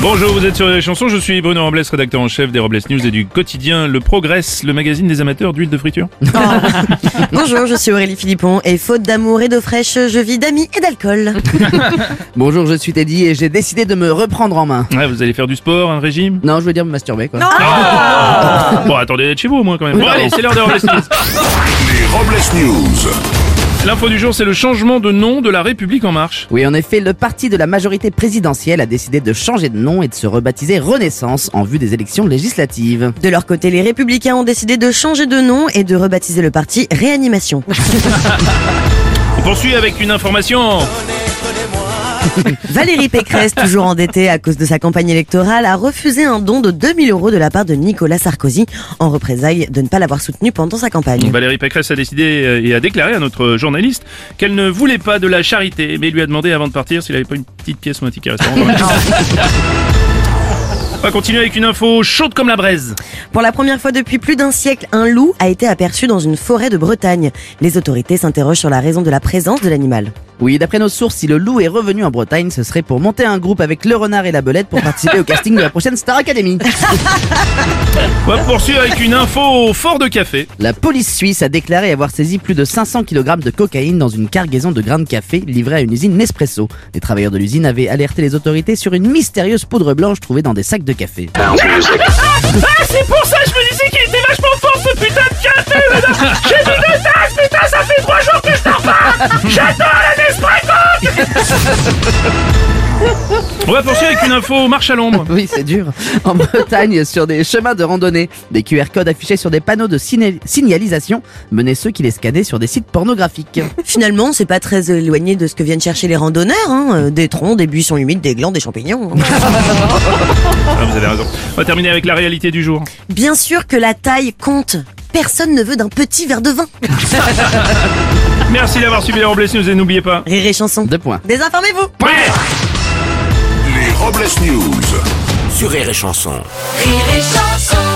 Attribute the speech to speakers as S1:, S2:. S1: Bonjour, vous êtes sur les chansons, je suis Bruno Robles, rédacteur en chef des Robles News et du quotidien Le Progress, le magazine des amateurs d'huile de friture.
S2: Bonjour, je suis Aurélie Philippon et faute d'amour et d'eau fraîche, je vis d'amis et d'alcool.
S3: Bonjour, je suis Teddy et j'ai décidé de me reprendre en main.
S1: Ouais, vous allez faire du sport, un régime Ah
S3: Non, je veux dire me masturber quoi.
S1: Bon, attendez d'être chez vous au moins quand même. Bon, allez, c'est l'heure des Robles News.
S4: Les Robles News.
S1: L'info du jour, c'est le changement de nom de la République En Marche.
S3: Oui, en effet, le parti de la majorité présidentielle a décidé de changer de nom et de se rebaptiser Renaissance en vue des élections législatives.
S2: De leur côté, les républicains ont décidé de changer de nom et de rebaptiser le parti Réanimation.
S1: On poursuit avec une information.
S2: Valérie Pécresse, toujours endettée à cause de sa campagne électorale, a refusé un don de 2000 euros de la part de Nicolas Sarkozy en représailles de ne pas l'avoir soutenu pendant sa campagne.
S1: Valérie Pécresse a décidé euh, et a déclaré à notre journaliste qu'elle ne voulait pas de la charité, mais lui a demandé avant de partir s'il avait pas une petite pièce ou un ticket restaurant. On va continuer avec une info chaude comme la braise.
S2: Pour la première fois depuis plus d'un siècle, un loup a été aperçu dans une forêt de Bretagne. Les autorités s'interrogent sur la raison de la présence de l'animal.
S3: Oui, d'après nos sources, si le loup est revenu en Bretagne, ce serait pour monter un groupe avec le renard et la belette pour participer au casting de la prochaine Star Academy.
S1: On va poursuivre avec une info fort de café.
S3: La police suisse a déclaré avoir saisi plus de 500 kg de cocaïne dans une cargaison de grains de café livrée à une usine Nespresso. Les travailleurs de l'usine avaient alerté les autorités sur une mystérieuse poudre blanche trouvée dans des sacs de café.
S1: Ah, c'est pour ça, je me disais qu'il était vachement fort ce putain de café, maintenant J'ai mis deux tasses, putain, ça fait trois jours que je t'en parle J'adore la On va poursuivre avec une info marche à l'ombre.
S3: Oui, c'est dur. En Bretagne, sur des chemins de randonnée, des QR codes affichés sur des panneaux de signa- signalisation menaient ceux qui les scannaient sur des sites pornographiques.
S2: Finalement, c'est pas très éloigné de ce que viennent chercher les randonneurs. hein. Euh, Des troncs, des buissons humides, des glands, des champignons. hein.
S1: Ah, vous avez raison. On va terminer avec la réalité du jour.
S2: Bien sûr que la taille compte. Personne ne veut d'un petit verre de vin.
S1: Merci d'avoir suivi les Robles News et n'oubliez pas.
S2: Rire et chanson.
S3: Deux points.
S2: Désinformez-vous
S1: Ouais
S4: Les Robles News.
S5: Sur Rire et Chanson.
S6: Rire et chanson